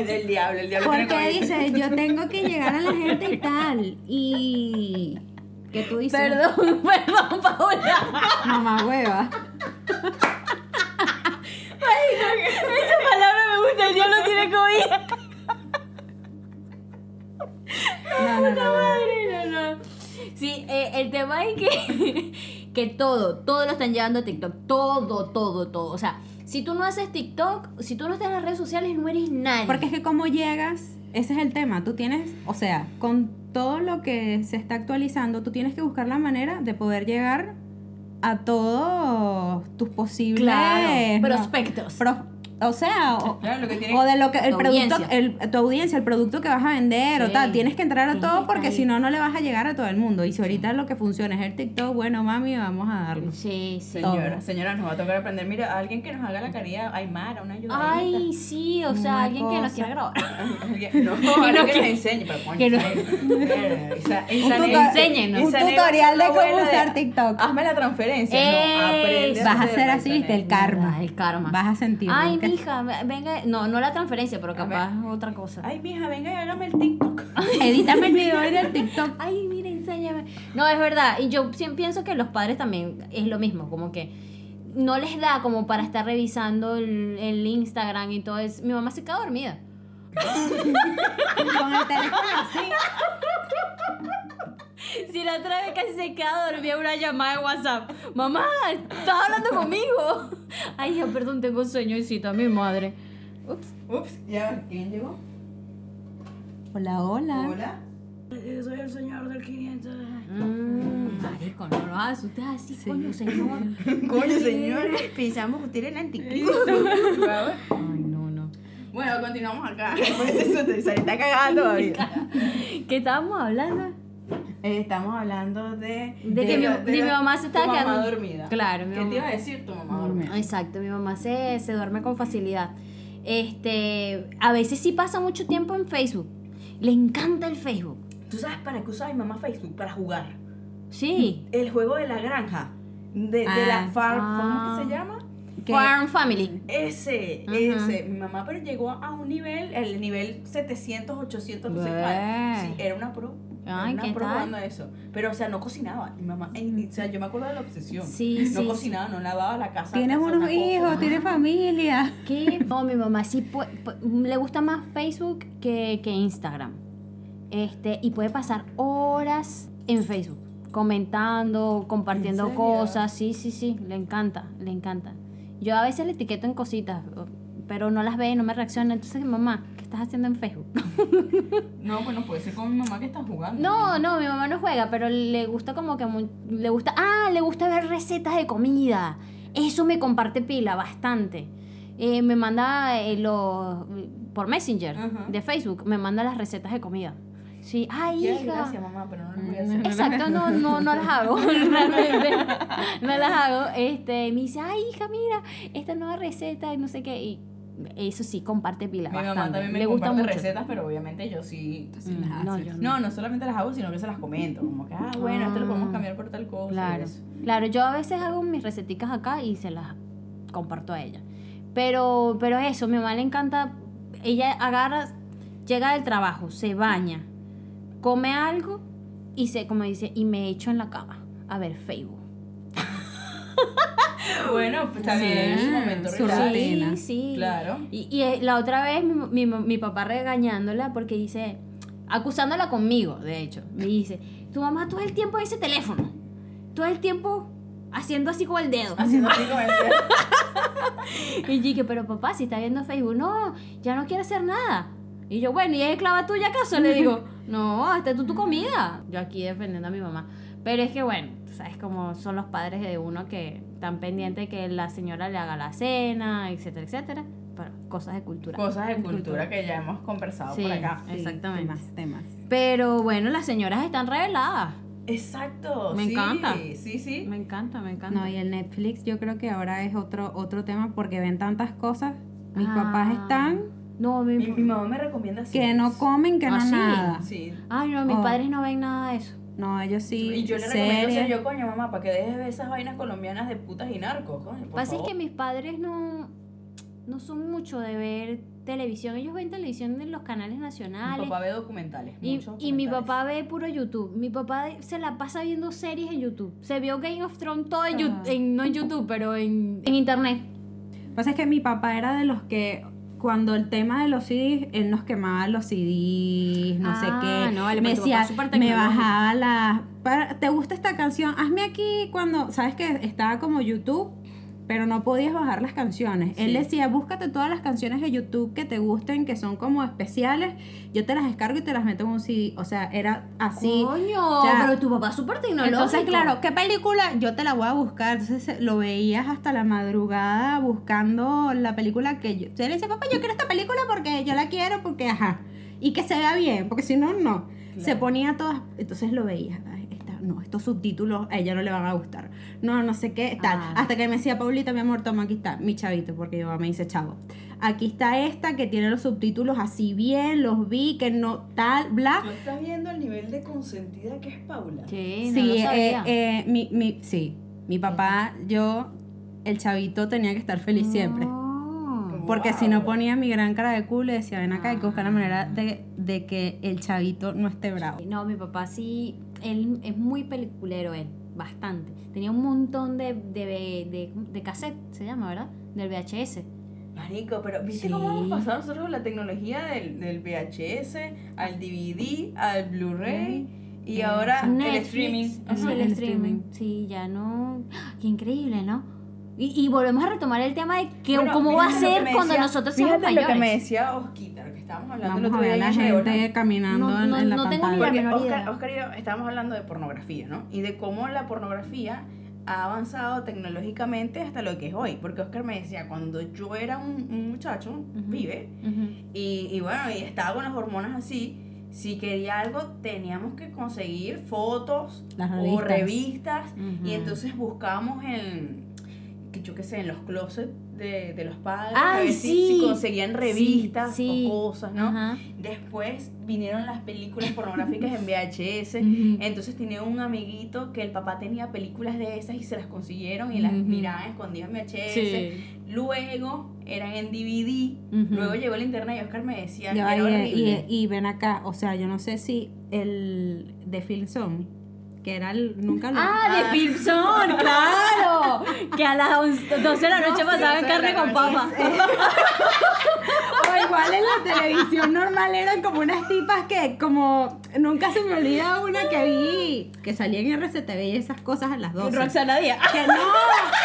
E: El, el diablo, el diablo. tiene
B: porque
E: COVID.
B: dices, yo tengo que llegar a la gente y tal. Y que tú dices,
A: perdón, perdón, Paula.
B: mamá hueva.
A: Esa palabra me gusta, el diablo tiene COVID.
B: No, no, no, no, no.
A: Madre, no, no. Sí, eh, el tema es que, que todo, todo lo están llevando a TikTok. Todo, todo, todo. O sea, si tú no haces TikTok, si tú no estás en las redes sociales, no eres nadie.
B: Porque es que como llegas, ese es el tema. Tú tienes, o sea, con todo lo que se está actualizando, tú tienes que buscar la manera de poder llegar a todos tus posibles
A: Claro,
B: no,
A: prospectos.
B: pro- o sea, o,
E: Claro, lo que tiene-
B: o de lo que el
A: Tu
B: producto,
A: audiencia.
B: el- tu audiencia, el producto que vas a vender o
A: Sí.
B: tal, tienes que entrar a
A: Tienes que
B: todo
A: estar
B: porque
A: ahí.
B: si no no le vas a llegar a todo el mundo. Y si ahorita lo que funciona es el TikTok, bueno, mami, vamos a darlo.
A: Sí, sí.
E: Señora, señora, nos va a tocar aprender. Mira, alguien que nos haga la caridad, Aymara, una ayudadita.
A: Ay, sí, o sea,
B: Una
A: alguien que nos
B: cosa.
A: quiera grabar.
E: Alguien- No,
A: Que
E: alguien
A: no
E: que
A: que-
E: nos enseñe, pero coño,
A: que no-
E: esa- esa-
B: Un
E: esa
B: tuto-
E: negra-
A: enséñenos.
E: esa
B: un
E: negra
B: tutorial de
E: es la
B: cómo
E: abuela de,
B: usar TikTok. Eh,
E: Hazme la transferencia. no,
A: Ey,
E: aprende
B: Vas a
E: hacer
B: ser así,
E: internet.
B: viste, el karma.
A: Verdad, El karma.
B: Vas a sentir.
A: Ay,
B: ¿ok?
A: mija, ve- venga. No, no la transferencia, pero capaz
E: ver.
A: otra cosa.
E: Ay, mija, venga y hágame el TikTok.
B: Edítame el video en el TikTok.
A: Ay, mira, enséñame. No, es verdad. Y yo sí pienso que los padres también es lo mismo, como que no les da como para estar revisando el, el Instagram y todo eso. Mi mamá se queda dormida.
B: Con el teléfono así.
A: Si la otra vez casi se queda dormida una llamada de WhatsApp. Mamá, estás hablando conmigo. Ay, ya, perdón, tengo sueño y cita a mi madre. Ups.
E: Ups, ya, ¿quién llegó?
B: Hola, hola.
E: Hola. Soy el señor del 500.
A: Mm, marico, no lo asustes así, coño, señor.
E: Coño, señor. Pensamos que usted era el anticristo.
A: Ay, no, no.
E: Bueno, continuamos acá. Eso te- se está cagando todavía.
A: ¿Qué estábamos hablando?
E: Eh, estamos hablando de.
A: De que mi- de mi mamá se estaba
E: tu mamá
A: quedando-
E: dormida.
A: Claro, mi
E: ¿Qué
A: mamá.
E: te iba a decir tu mamá dormida?
A: Exacto, mi mamá se, se duerme con facilidad. Este, a veces sí pasa mucho tiempo en Facebook. Le encanta el Facebook.
E: ¿Tú sabes para qué usaba mi mamá Facebook? Para jugar.
A: Sí.
E: El juego de la granja. De, de
B: Ah,
E: la farm. ¿Cómo
A: ah.
E: que se llama?
B: Mm, ¿Qué?
A: Farm Family.
E: Ese,
A: Ajá.
E: ese. Mi mamá, pero llegó a un nivel, el nivel 700, 800, no sé cuál.
A: Bué.
E: Sí, era una pro. Era
A: Ay,
E: una
A: ¿qué
E: pro
A: tal?
E: jugando a eso. Pero, o sea, no cocinaba. Mi mamá, eh, o sea, yo me acuerdo de la obsesión.
A: Sí,
E: no
A: sí,
E: cocinaba, no lavaba la casa.
B: Tienes
E: hacía
B: unos
E: una cosa.
B: hijos, tienes familia.
A: ¿Qué? No, mi mamá sí pu- pu- le gusta más Facebook que, que Instagram. Este, y puede pasar horas en Facebook, comentando, compartiendo
E: ¿En serio?
A: cosas. Sí, sí, sí, le encanta, le encanta. Yo a veces le etiqueto en cositas, pero no las ve y no me reacciona. Entonces, mamá, ¿qué estás haciendo en Facebook?
E: No, bueno, puede ser con mi mamá que está jugando.
A: No, no, mi mamá no juega, pero le gusta como que mu- le gusta, ah, le gusta ver recetas de comida. Eso me comparte pila bastante. Eh, me manda eh, los por Messenger
E: Ajá.
A: de Facebook, me manda las recetas de comida. Sí, ay,
E: Ya,
A: hija.
E: gracias, mamá, pero no lo voy a hacer.
B: Mm.
A: Exacto, no, no, no las hago, realmente. No las hago. Este, me dice, ay, hija, mira, esta nueva receta y no sé qué. Y eso sí, comparte pila.
E: Mi mamá
A: bastante.
E: también me
A: Le gusta
E: comparte
A: mucho.
E: recetas, pero obviamente yo sí.
A: Mm, no, yo no.
E: No, no solamente las hago, sino que se las comento. Como que, ah, bueno, esto lo podemos cambiar por tal cosa. y
A: Claro,
E: eso.
A: claro, yo a veces hago mis receticas acá y se las comparto a ella. Pero, pero eso, mi mamá le encanta, ella agarra, llega del trabajo, se baña, come algo y se, como dice, y me echo en la cama a ver Facebook.
E: Bueno, pues también
B: Sí,
E: en su momento
B: su
E: relax.
B: rutina. Arena.
A: sí.
E: Claro.
A: Y, y, eh, la otra vez mi, mi- mi papá regañándola porque dice, acusándola conmigo, de hecho, me dice, tu mamá todo el tiempo en ese teléfono, todo el tiempo haciendo así con el dedo.
E: Haciendo así este como el dedo.
A: Y yo dije, pero papá, si está viendo Facebook, no, ya no quiere hacer nada. Y yo, bueno, ¿y es esclava tuya acaso? Le digo, no, hasta tú tu comida. Yo aquí defendiendo a mi mamá. Pero es que bueno, tú sabes cómo son los padres de uno que están pendientes de que la señora le haga la cena, etcétera, etcétera. para cosas de cultura.
E: Cosas de cultura que ya hemos conversado
A: Sí.
E: por acá.
B: Sí,
A: Exactamente.
B: Temas, temas.
A: Pero bueno, las señoras están reveladas.
E: Exacto.
A: Me
E: sí,
A: encanta.
E: Sí, sí.
A: Me encanta, me encanta.
B: No, y el Netflix yo creo que ahora es otro, otro tema porque ven tantas cosas. Mis
A: Ah.
B: papás están
A: No, mi-
E: Mi, mi mamá me recomienda
B: que no
E: comen
B: comen, que
A: Ah,
B: no
A: sí.
B: nada.
E: Sí.
A: Ay, no, mis
B: Oh.
A: padres no ven nada de eso.
B: No, ellos sí.
E: Y yo le recomiendo
B: series.
E: ser yo, coño, mamá, para que dejes de ver esas vainas colombianas de putas y narcos, coño. Por
A: Pasa es
E: favor.
A: que mis padres no, no son mucho de ver televisión. Ellos ven televisión en los canales
E: Mi
A: nacionales.
E: papá ve documentales.
A: Y,
E: muchos
A: y mi
E: documentales.
A: papá ve puro YouTube. Mi papá de- se la pasa viendo series en YouTube. Se vio Game of Thrones todo en, Yu-
B: Ah.
A: en- no en YouTube, pero en, en internet.
B: Pasa es que mi papá era de los que cuando el tema de los CDs, él nos quemaba los CDs, no sé
A: Ah,
B: qué.
A: no, vale,
B: me
A: pues tu papá
B: decía,
A: es súper
B: me
A: tecnológico.
B: bajaba las. para- ¿Te gusta esta canción? Hazme aquí cuando. ¿Sabes que Estaba como YouTube, pero no podías bajar las canciones. Él
E: Sí.
B: decía, búscate todas las canciones de YouTube que te gusten, que son como especiales. Yo te las descargo y te las meto en un CD. O sea, era así.
A: Coño,
B: Ya.
A: pero tu papá es súper tecnológico.
B: Entonces, claro, ¿qué película? Yo te la voy a buscar. Entonces eh, lo veías hasta la madrugada buscando la película que yo. Yo le decía, papá, yo quiero esta película porque yo la quiero, porque ajá. Y que se vea bien, porque si no, no. Se ponía todas. Entonces lo veías. Ay, esta- no, estos subtítulos a ella no le van a gustar. No, no sé qué, tal.
A: Ah.
B: Hasta que me decía, Paulita, mi amor, toma, aquí está, mi chavito, porque mi mamá me dice chavo. Aquí está esta que tiene los subtítulos así bien, los vi, que no tal, bla.
E: Tú estás viendo el nivel de consentida que es Paula.
A: Sí, no
B: Sí,
A: lo
B: eh,
A: sabía.
B: eh, mi, mi, sí, mi papá, yo, el chavito tenía que estar feliz siempre.
A: No.
B: Porque si no ponía mi gran cara de culo y decía, ven acá, hay que buscar la
A: Ah.
B: manera de, de que el chavito no esté bravo.
A: No, mi papá sí, él es muy peliculero, él, bastante. Tenía un montón de, de, de, de cassette, se llama, ¿verdad? Del VHS.
E: Marico, pero ¿viste
A: Sí.
E: cómo hemos pasado nosotros la tecnología del, del VHS al DVD, al Blu-ray y
B: Mm.
E: ahora Ah, el
A: Netflix,
E: streaming?
A: ajá,
B: Ajá,
A: el,
B: el
A: streaming.
B: streaming.
A: Sí, ya no. ¡Ah! Qué increíble, ¿no? Y, y volvemos a retomar el tema de que,
E: Bueno,
A: cómo va a
E: fíjate lo que
A: ser
E: me
A: cuando
E: decía-
A: nosotros seamos
E: Fíjate lo que me
A: mayores.
E: decía Osquita, lo que estábamos hablando el
B: Vamos a
E: otro día.
B: ver a la
E: yo llegué a una-
B: gente caminando
A: No,
B: en,
A: no-
B: en la
A: no tengo ni
B: pantalla.
A: la
E: Porque
A: menor
E: Oscar,
A: idea.
E: Oscar y yo estábamos hablando de pornografía, ¿no? Y de cómo la pornografía ha avanzado tecnológicamente hasta lo que es hoy. Porque Oscar me decía, cuando yo era un, un muchacho, un
A: Ujú.
E: pibe,
A: Ujú.
E: y, y bueno, y estaba con las hormonas así. Si quería algo, teníamos que conseguir fotos
B: Las
E: o
B: revistas.
E: revistas.
A: Ujú.
E: Y entonces buscábamos en, que yo qué sé, en los closets de, de los padres. a
A: Ay,
E: ver si, si
A: sí.
E: conseguían revistas
A: sí.
E: o cosas, ¿no?
A: Ajá.
E: Después vinieron las películas pornográficas en VHS.
A: Ujú.
E: Entonces tenía un amiguito que el papá tenía películas de esas y se las consiguieron y las
A: Ujú.
E: miraban escondidas en VHS.
A: Sí.
E: Luego eran en DVD.
A: Ujú.
E: Luego llegó el internet y Oscar me decía que
B: Ya va,
E: era
B: y- y,
E: horrible.
B: y ven acá, o sea, yo no sé si el de Phil Song, que era el, nunca lo...
A: Ah, de
E: Ah.
A: Filmson, claro. Que a las 11 12 de la noche
E: No,
A: pasaban
E: 12 de
A: carne
E: la
A: con
E: noche.
A: papa.
B: O igual en la televisión normal eran como unas tipas que como nunca se me olvida una que vi que salía en RCTV y esas cosas a las 12.
A: Roxana Díaz.
B: Que no,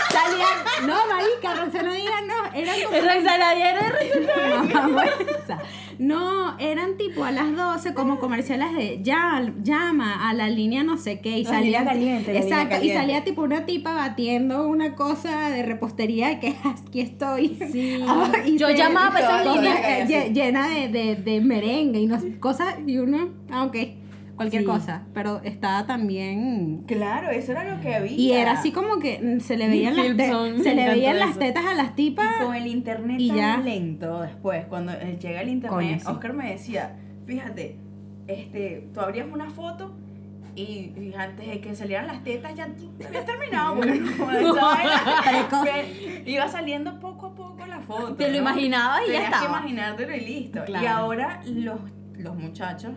B: salían, no, marica, Roxana Díaz no, eran como
A: Roxana Díaz era de Roxana.
B: no, vergüenza. No, eran tipo a las 12 como comerciales de ya, llama a la línea no sé qué y
E: La
B: salía
E: línea caliente, la línea
B: Exacto, y
E: caliente.
B: salía tipo una tipa batiendo una cosa de repostería que aquí estoy.
A: Sí.
B: Ah, y
A: Yo
B: se-
A: llamaba para esas
E: todas las
A: líneas.
E: cosas.
B: eh, lle- llena de, de- de merengue y no sé, cosas y uno, ah, ok, cualquier
A: Sí.
B: cosa, pero estaba también
E: Claro, eso era lo que había.
B: y era así como que mm, se le veían las, te-
A: Simpson, me
B: se le
A: encantó
B: veían las
A: eso.
B: tetas a las
E: Y
B: tipas.
E: con el internet
B: Y
E: tan
B: ya.
E: lento después, cuando eh, llega el internet,
B: Coño, sí.
E: Oscar me decía, fíjate, este, tú abrías una foto y, y antes de que salieran las tetas ya tú habías terminado, porque como esa vaina,
B: Precoz.
E: que iba saliendo poco a poco la foto.
A: Te lo
E: ¿no?
A: imaginabas y ya
E: Tenías que
A: estaba.
E: imaginártelo y listo. Y
A: Claro.
E: ahora los, los muchachos,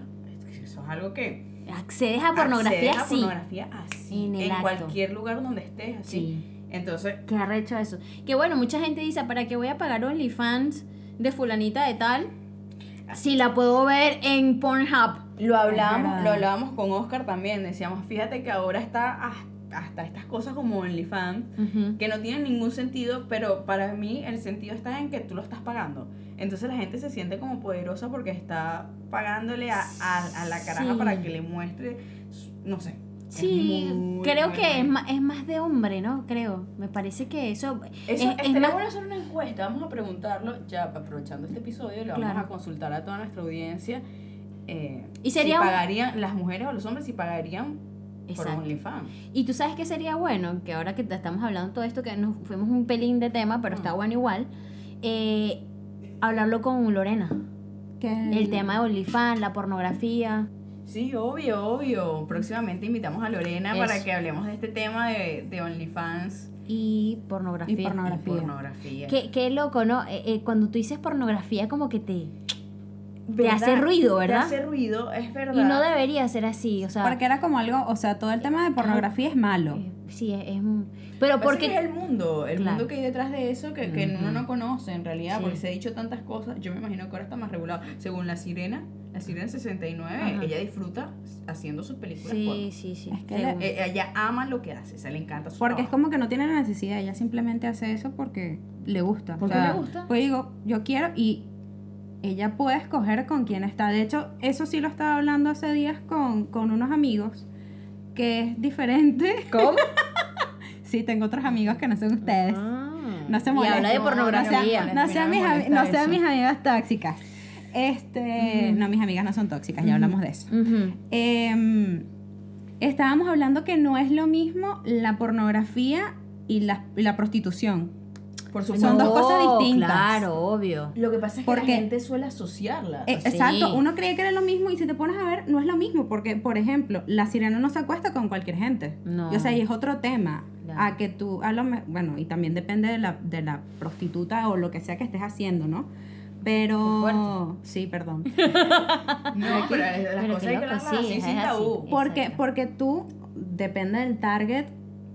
E: eso es algo que...
A: Accedes a pornografía
E: accedes a
A: así.
E: pornografía así,
A: En
E: en,
A: el acto.
E: cualquier lugar donde estés, así. Entonces,
A: Qué arrecho eso. Que bueno, mucha gente dice, ¿para qué voy a pagar OnlyFans de fulanita de tal? Si la puedo ver en Pornhub.
E: Lo hablábamos,
B: verdad.
E: lo hablábamos con Oscar también, decíamos, fíjate que ahora está has- hasta estas cosas como OnlyFans, que no tienen ningún sentido, pero para mí el sentido está en que tú lo estás pagando. Entonces la gente se siente como poderosa porque está pagándole a, a- a la caraja
A: Sí.
E: para que le muestre, su- no sé.
A: Sí,
E: muy
A: creo
E: buena.
A: que es más, es más de hombre, ¿no? Creo. Me parece que eso,
E: Eso,
A: es, es
E: estaría
A: más...
E: bueno hacer una encuesta, vamos a preguntarlo ya aprovechando este episodio, le vamos
A: Claro.
E: a consultar a toda nuestra audiencia. eh,
A: Y sería
E: si
A: un-
E: pagarían las mujeres o los hombres si pagarían
A: Exacto.
E: por OnlyFans.
A: Y tú sabes que sería bueno, que ahora que te estamos hablando de todo esto, que nos fuimos un pelín de tema, pero está bueno igual, eh, hablarlo con Lorena.
B: Mm.
A: El tema de OnlyFans, la pornografía.
E: Sí, obvio, obvio. Próximamente invitamos a Lorena
A: Eso.
E: para que hablemos de este tema de, de OnlyFans
A: Y pornografía.
B: Y porno-
E: y
B: Pornografía.
E: pornografía.
A: Qué, qué
B: Em.
A: loco, ¿no? Eh, eh, cuando tú dices pornografía, como que te.
E: ¿Verdad?
A: hace ruido, ¿verdad?
E: Te hace ruido, es verdad.
A: Y no debería ser así, o sea.
B: Porque era como algo, o sea, todo el tema de pornografía es malo.
A: eh, sí, es. es un- pero
B: Pues
E: Pasa que
A: porque.
E: es el mundo, el
A: Claro.
E: mundo que hay detrás de eso que, que uno no conoce en realidad,
A: Sí.
E: porque se ha dicho tantas cosas. Yo me imagino que ahora está más regulado. Según la sirena, la sirena 69,
A: Ajá.
E: ella disfruta haciendo sus películas.
A: Sí,
E: porno.
A: sí, sí.
B: Es que
A: según-
E: Eh, ella ama lo que hace, se le encanta su
B: Porque es
E: trabajo.
B: como que no tiene la necesidad, ella simplemente hace eso porque le gusta.
E: Porque le gusta.
B: Pues digo, yo quiero y ella puede escoger con quién está. De hecho, eso sí lo estaba hablando hace días con, con unos amigos, que es diferente. ¿Cómo? sí, tengo otros amigos que no son ustedes.
A: Ah.
B: eh, No se
A: y
B: molesten.
A: habla de
E: no, no,
A: pornografía.
E: no,
B: No sean mis, ami- no
E: molesta
B: sean mis
E: eso.
B: amigas tóxicas. Este, No, mis amigas no son tóxicas, ya hablamos de eso.
A: Ujú.
B: Em, estábamos hablando que no es lo mismo la pornografía y la, y la prostitución.
E: Por
B: Son
E: supuesto.
B: dos cosas distintas.
A: Claro, obvio.
E: Lo que pasa es que
B: Porque-
E: la gente suele asociarla.
B: Eh,
A: sí.
B: Exacto, uno creía que era lo mismo y si te pones a ver, no es lo mismo, porque, por ejemplo, la sirena no se acuesta con cualquier gente.
A: No.
B: Y, O sea, y es otro tema.
A: Claro.
B: A que tú, a lo me- bueno, y también depende de la, de la prostituta o lo que sea que estés haciendo, ¿no? Pero, sí, perdón.
E: no, pero las
A: pero
E: cosas
A: qué
E: hay
A: loco,
E: que hablarlas
A: sí,
E: así,
A: es
E: sin
A: así.
E: tabú.
B: Porque,
A: Exacto.
B: porque tú, depende del target,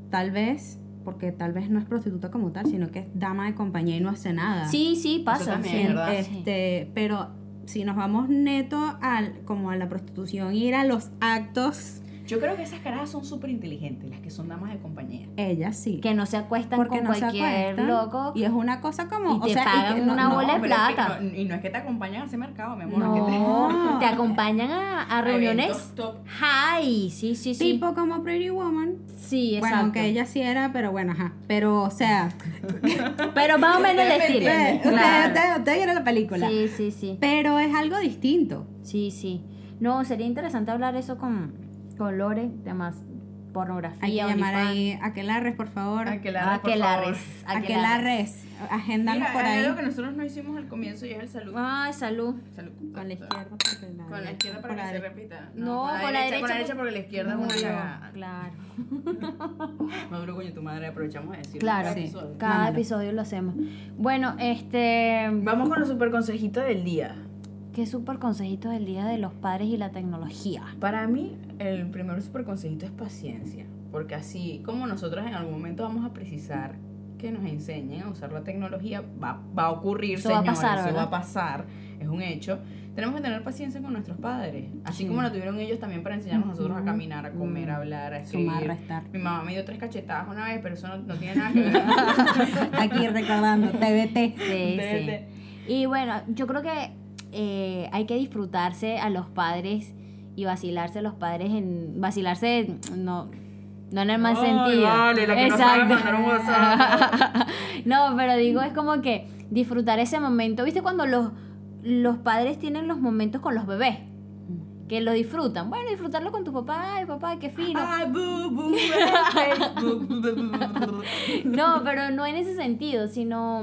B: tal vez, porque tal vez no es prostituta como tal, sino que es dama de compañía y no hace nada.
A: Sí, sí, pasa.
E: también,
A: sí.
E: es verdad.
B: Este, pero si nos vamos neto al, como a la prostitución, ir a los actos,
E: Yo creo que esas carajas son súper inteligentes, las que son damas de compañía.
B: ella sí.
A: Que no se acuestan
B: porque
A: con
B: no se
A: cualquier
B: acuestan,
A: loco.
B: Y es una cosa como.
A: Y te pagan
B: no-
A: una
B: no,
A: bola de
E: pero es que
A: plata.
E: no- y no es que te acompañan a ese mercado, mi amor. es que te-
A: No,
B: No.
A: te acompañan a, a reuniones.
E: Eventos top.
A: Hi, sí, sí, sí.
B: Tipo como Pretty Woman.
A: sí,
B: Bueno,
A: exacto.
B: aunque ella sí era, pero bueno, ajá. Pero, o sea, eh,
A: Pero más o menos el
E: Ustedes me
A: estilo.
B: ustedes
A: Claro.
B: ustedes- ustedes vieron la película.
A: Sí, sí, sí.
B: Pero es algo distinto.
A: Sí, sí. No, sería interesante hablar eso con, con Lore, temas pornografía.
B: Hay que llamar
A: OnlyFans.
B: ahí a que la res, por favor.
E: A que la
A: A
E: por
A: que la
E: favor.
A: res.
B: A que la res. Agéndanos
E: Mira,
B: por
E: hay
B: ahí.
E: algo que nosotros no hicimos al comienzo y es el saludo.
A: Ay, salud.
E: Salud.
B: Con la izquierda. porque
E: Con la izquierda para que
B: por la
E: se
B: derecha.
E: repita.
A: No, con la derecha
E: Con la
A: por-
E: derecha porque la izquierda es
A: No,
E: una
A: no,
E: cagada.
A: Claro.
E: Maduro, coño, tu madre, aprovechamos de decirlo.
A: Claro,
E: Cada
B: Sí.
E: episodio.
A: cada
B: Mándalo.
A: episodio lo hacemos. Bueno, este.
E: Vamos con los super consejitos del día.
A: Qué súper consejito del día de los padres y la tecnología.
E: Para mí, el primer super consejito es paciencia. Porque así como nosotros en algún momento vamos a precisar que nos enseñen a usar la tecnología, va, va a ocurrir,
A: Eso va a
E: señores,
A: pasar,
E: eso va
A: ¿verdad?
E: a pasar, es un hecho. Tenemos que tener paciencia con nuestros padres. Así como la tuvieron ellos también para enseñarnos a nosotros a caminar, a comer, a hablar, a
B: Sumar,
E: escribir.
B: restar.
E: Mi mamá me dio tres cachetadas una vez, pero eso no, no tiene nada que ver.
B: Aquí recordando, TBT.
A: Sí, sí.
E: Vete.
A: Y bueno, yo creo que eh, hay que disfrutarse a los padres y vacilarse a los padres en. Vacilarse, no. No en el mal
E: Ay,
A: sentido.
E: vale, la que no sabe mandar un WhatsApp.
A: No, pero digo, es como que disfrutar ese momento. ¿Viste cuando los, los padres tienen los momentos con los bebés? Que lo disfrutan. Bueno, disfrutarlo con tu papá. Ay, papá, qué fino.
E: Ay, bu, bu, bu, bu, bu, bu, bu.
A: No, pero no en ese sentido, sino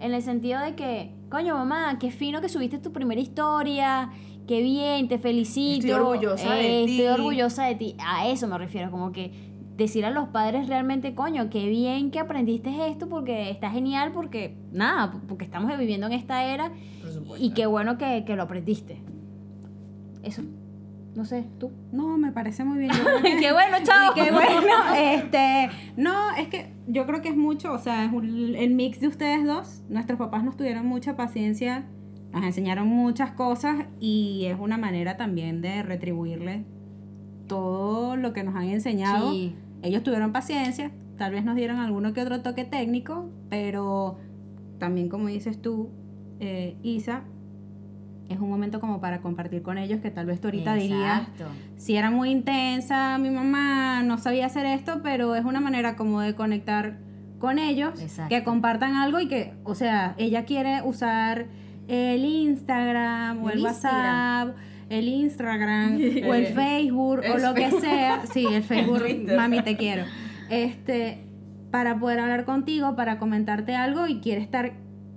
A: en el sentido de que, coño, mamá, qué fino que subiste tu primera historia, qué bien, te felicito. Eh,
E: Estoy orgullosa de ti.
A: Estoy orgullosa de ti. A eso me refiero, como que decir a los padres realmente, coño, qué bien que aprendiste esto porque está genial, porque nada, porque estamos viviendo en esta era
E: Por supuesto.
A: y qué bueno que, que lo aprendiste. Eso, no sé, tú.
B: No, me parece muy bien.
A: qué bueno, chao.
B: Y que bueno, este, no, es que yo creo que es mucho, o sea, es un- el mix de ustedes dos. Nuestros papás nos tuvieron mucha paciencia, nos enseñaron muchas cosas y es una manera también de retribuirles todo lo que nos han enseñado.
A: Sí.
B: Ellos tuvieron paciencia, tal vez nos dieron alguno que otro toque técnico, pero también como dices tú, eh, Isa, es un momento como para compartir con ellos que tal vez tú ahorita dirías,
A: Exacto.
B: si era muy intensa, mi mamá no sabía hacer esto, pero es una manera como de conectar con ellos,
A: Exacto.
B: que compartan algo y que, o sea, ella quiere usar el Instagram o
A: El
B: el,
A: Instagram.
B: WhatsApp, el Instagram o el Facebook o
E: El
B: lo que
E: Facebook.
B: sea, sí, el Facebook,
E: Twitter.
B: mami te quiero. Este, para poder hablar contigo, para comentarte algo y quiere estar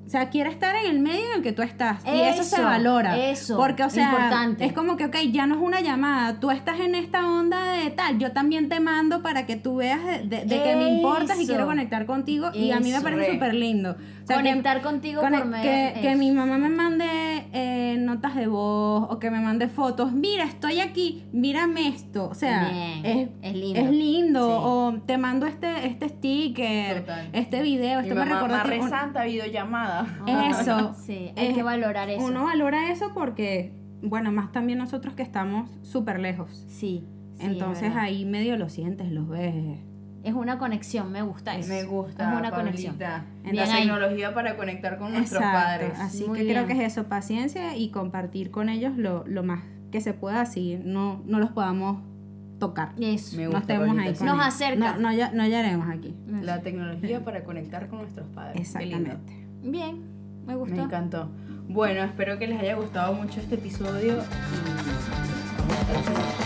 B: o sea, quiere estar en el medio en el que tú estás. y eso se
A: Eso,
B: valora.
A: eso,
B: Porque, o sea,
A: importante.
B: es como que, ok, ya no es una llamada. Tú estás en esta onda de tal. Yo también te mando para que tú veas de, de- de que me importas y
A: Eso.
B: quiero conectar contigo. Y a mí me
A: Eso,
B: parece
E: re.
B: súper lindo. O sea, que-
A: Conectar contigo
B: Cone-
A: por medio
B: que,
A: de
B: que
A: eso.
B: mi mamá me mande eh, notas de voz o que me mande fotos. Mira, estoy aquí, mírame esto. O sea,
A: Bien,
B: es,
A: es lindo.
B: es lindo.
A: Sí.
B: O te mando este, este sticker,
E: Total.
B: este video,
E: Mi
B: esto me
E: mamá,
B: recuerda
E: mamá
B: a ti. Un-
E: resanta videollamada.
B: Eso.
A: Sí, hay
B: Es-
A: que valorar eso.
B: Uno valora eso porque, bueno, más también nosotros que estamos súper lejos.
A: Sí. sí,
B: Entonces
A: es verdad.
B: ahí medio lo sientes, los ves.
A: Es una conexión, me gusta eso.
E: Me gusta.
A: Es una
E: Pablita.
A: conexión.
E: La
A: Bien ahí.
E: tecnología para conectar con nuestros padres.
B: Así
A: Muy
B: que creo que
A: bien.
B: es eso, paciencia y compartir con ellos lo, lo más que se pueda, así no, no los podamos tocar.
A: Eso.
E: Me
B: No
E: gusta,
B: estemos
E: Pablita,
B: ahí.
E: sí.
B: con
A: Nos
B: ellos.
A: acerca.
B: No, no, ya- no lloremos aquí.
E: La tecnología para conectar con nuestros padres. Qué lindo.
B: Exactamente.
A: Bien, me gustó.
E: Me encantó. Bueno, espero que les haya gustado mucho este episodio. y nos vemos la próxima.